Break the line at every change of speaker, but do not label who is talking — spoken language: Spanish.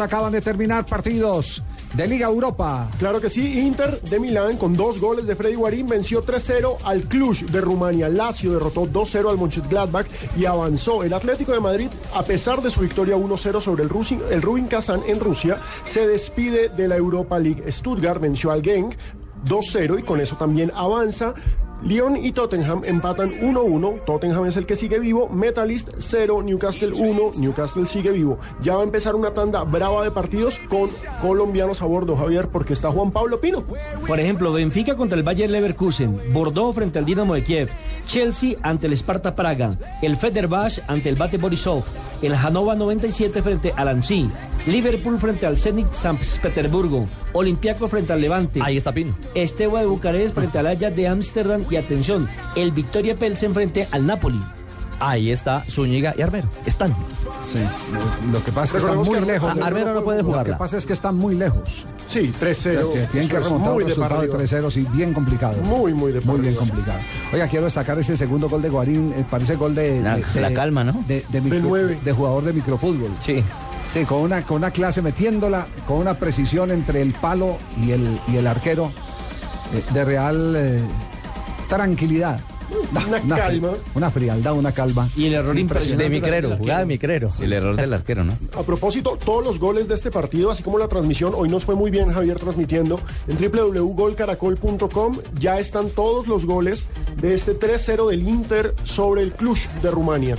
Acaban de terminar partidos de Liga Europa.
Claro que sí, Inter de Milán con dos goles de Freddy Guarín venció 3-0 al Cluj de Rumania. Lazio derrotó 2-0 al Mönchengladbach y avanzó. El Atlético de Madrid, a pesar de su victoria 1-0 sobre el, Rusin, el Rubin Kazán en Rusia, se despide de la Europa League. Stuttgart venció al Genk 2-0 y con eso también avanza. Lyon y Tottenham empatan 1-1. Tottenham es el que sigue vivo. Metalist 0, Newcastle 1. Newcastle sigue vivo. Ya va a empezar una tanda brava de partidos con colombianos a bordo, Javier, porque está Juan Pablo Pino.
Por ejemplo, Benfica contra el Bayer Leverkusen, Bordeaux frente al Dinamo de Kiev, Chelsea ante el Sparta Praga, el Fenerbahce ante el Bate Borisov, el Hanova 97 frente al Annecy, Liverpool frente al Zenit San Petersburgo, Olympiacos frente al Levante.
Ahí está Pino.
Esteba de Bucarest frente al Ajax de Ámsterdam y atención, el Victoria Pelsen frente al Napoli.
Ahí está Zúñiga y Armero. Están.
Sí. Lo, lo que pasa es que están
Recordemos
muy
que Ar-
lejos.
Ar- Armero no puede
Lo que
jugarla.
pasa es que están muy lejos.
Sí, 3-0.
O sea, Pues que tienen que
Eso es
remontar un
muy de para
resultado de
arriba.
3-0, sí, bien complicado.
Muy, muy de
Muy
para
bien
arriba.
complicado. Oiga, quiero destacar ese segundo gol de Guarín. eh, parece gol de.
La-
de-
la
de-
calma, ¿no?
De, de micro-
nueve.
de jugador de microfútbol.
Sí.
Sí, con una, con una clase metiéndola, con una precisión entre el palo y el, y el arquero, eh, de real eh, tranquilidad.
Una
fri-
calma.
Una frialdad, una calma.
Y el error impresionante.
De Micrero, jugada de Micrero. el error del arquero, ¿no?
A propósito, todos los goles de este partido, así como la transmisión, hoy nos fue muy bien Javier transmitiendo en www.golcaracol.com. Ya están todos los goles de este 3-0 del Inter sobre el Cluj de Rumania.